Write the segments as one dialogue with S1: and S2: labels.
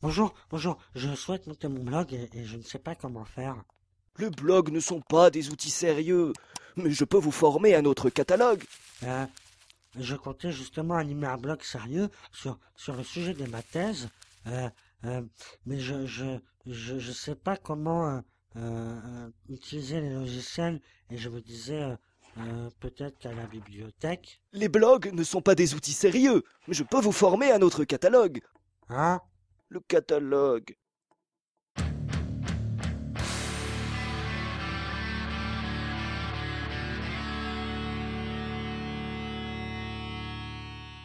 S1: Bonjour, bonjour, je souhaite monter mon blog et, et je ne sais pas comment faire.
S2: Les blogs ne sont pas des outils sérieux, mais je peux vous former à notre catalogue.
S1: Euh, je comptais justement animer un blog sérieux sur, sur le sujet de ma thèse, euh, euh, mais je, je, je, je sais pas comment euh, euh, utiliser les logiciels et je me disais euh, euh, peut-être qu'à la bibliothèque.
S2: Les blogs ne sont pas des outils sérieux, mais je peux vous former à notre catalogue.
S1: Hein
S2: Le catalogue.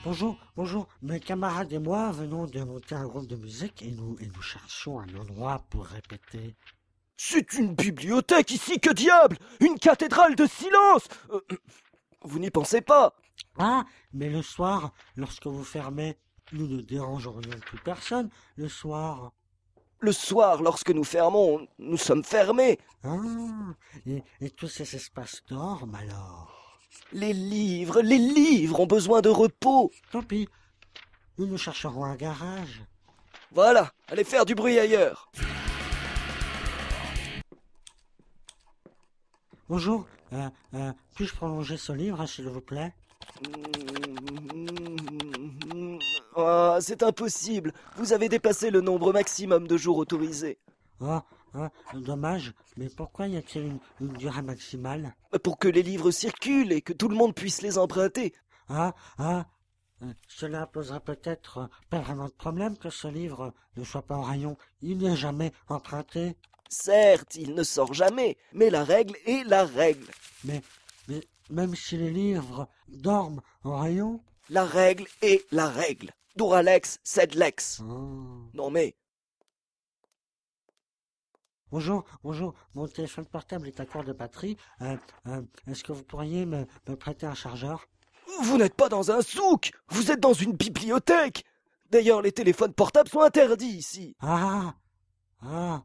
S1: Bonjour, bonjour, mes camarades et moi venons de monter un groupe de musique et nous, et nous cherchons un endroit pour répéter.
S2: C'est une bibliothèque ici, que diable Une cathédrale de silence Euh, Vous n'y pensez pas
S1: Ah, mais le soir, lorsque vous fermez, nous ne dérangerions plus personne le soir.
S2: Le soir, lorsque nous fermons, nous sommes fermés.
S1: Ah, et, et tous ces espaces dorment alors.
S2: Les livres, les livres ont besoin de repos.
S1: Tant pis, nous nous chercherons un garage.
S2: Voilà, allez faire du bruit ailleurs.
S1: Bonjour, euh, euh, puis-je prolonger ce livre, hein, s'il vous plaît
S2: Ah, c'est impossible. Vous avez dépassé le nombre maximum de jours autorisés.
S1: Oh, oh, dommage, mais pourquoi y a-t-il une, une durée maximale
S2: Pour que les livres circulent et que tout le monde puisse les emprunter.
S1: Ah, ah, euh, cela posera peut-être euh, pas vraiment de problème que ce livre euh, ne soit pas en rayon. Il n'est jamais emprunté.
S2: Certes, il ne sort jamais, mais la règle est la règle.
S1: Mais même si les livres dorment en rayon.
S2: La règle est la règle. Duralex, sed lex.
S1: Oh.
S2: Non mais,
S1: Bonjour, bonjour, mon téléphone portable est à court de batterie. Euh, euh, Est-ce que vous pourriez me, me prêter un chargeur
S2: vous n'êtes pas dans un souk, vous êtes dans une bibliothèque. D'ailleurs, les téléphones portables sont interdits ici.
S1: Ah Ah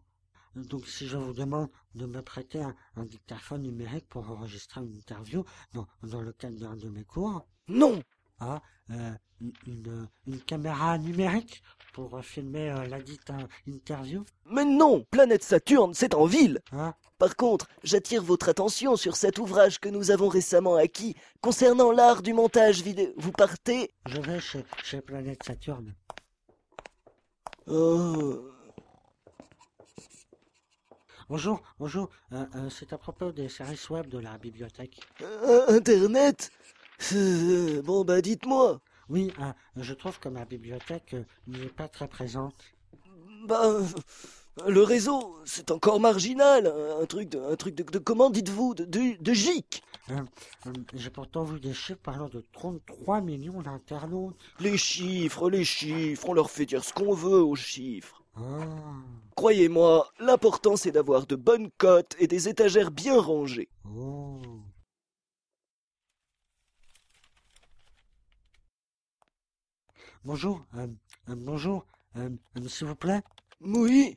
S1: Donc si je vous demande de me prêter un, un dictaphone numérique pour enregistrer une interview dans, dans le cadre d'un de mes cours,
S2: Non,
S1: ah, euh, une, une- une caméra numérique pour euh, filmer euh, la dite euh, interview,
S2: mais non, planète Saturne, c'est en ville.
S1: hein
S2: Par contre, j'attire votre attention sur cet ouvrage que nous avons récemment acquis concernant l'art du montage vidéo. Vous partez
S1: Je vais chez, chez Planète Saturne.
S2: Euh,
S1: Bonjour, bonjour, euh, euh, c'est à propos des services web de la bibliothèque.
S2: euh, Internet Euh, Bon bah dites-moi.
S1: Oui, euh, je trouve que ma bibliothèque euh, n'y est pas très présente.
S2: Bah euh, le réseau, c'est encore marginal. Un truc de, un truc de, de- comment dites-vous de, de, de gic.
S1: Euh, J'ai pourtant vu des chiffres parlant de 33 millions d'internautes.
S2: Les chiffres, les chiffres, on leur fait dire ce qu'on veut aux chiffres.
S1: Ah,
S2: Croyez-moi, l'important c'est d'avoir de bonnes cotes et des étagères bien rangées.
S1: oh. Bonjour, euh, euh, bonjour, euh, euh, s'il vous plaît.
S2: Oui.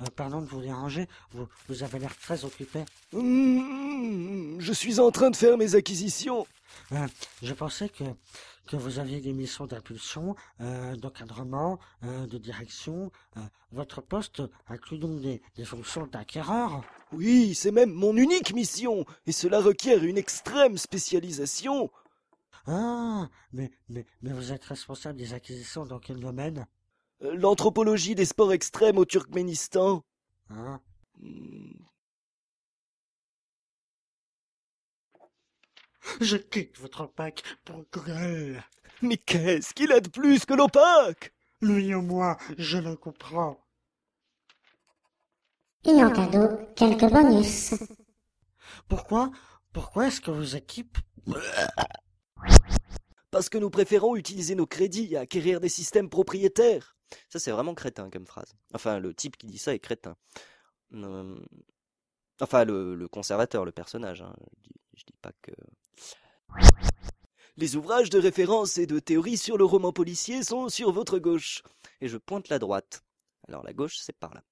S1: Euh, pardon de vous déranger, vous, vous avez l'air très occupé.
S2: Hmm, je suis en train de faire mes acquisitions.
S1: Je pensais que, que vous aviez des missions d'impulsion, euh, d'encadrement, euh, de direction. euh, votre poste inclut donc des, des fonctions d'acquéreur.
S2: Oui, c'est même mon unique mission, et cela requiert une extrême spécialisation.
S1: Ah, mais, mais, mais vous êtes responsable des acquisitions dans quel domaine
S2: Euh, L'anthropologie des sports extrêmes au Turkménistan.
S1: hein
S2: Hmm,
S1: Je quitte votre pack pour Google.
S2: Mais qu'est-ce qu'il a de plus que l'opaque
S1: Lui et moi, je le comprends.
S3: Et en cadeau, quelques bonus.
S1: Pourquoi Pourquoi est-ce que vos équipes
S2: Parce que nous préférons utiliser nos crédits à acquérir des systèmes propriétaires. Ça, c'est vraiment crétin comme phrase. Enfin, le type qui dit ça est crétin. Euh, Enfin, le, le conservateur, le personnage. hein. Je, dis, je dis pas que. Les ouvrages de référence et de théorie sur le roman policier sont sur votre gauche. Et je pointe la droite. Alors, la gauche, c'est par là.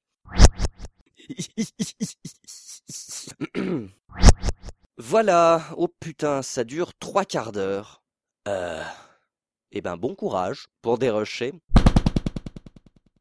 S2: voilà. Oh putain, ça dure trois quarts d'heure. Euh... Eh ben bon courage pour dérocher.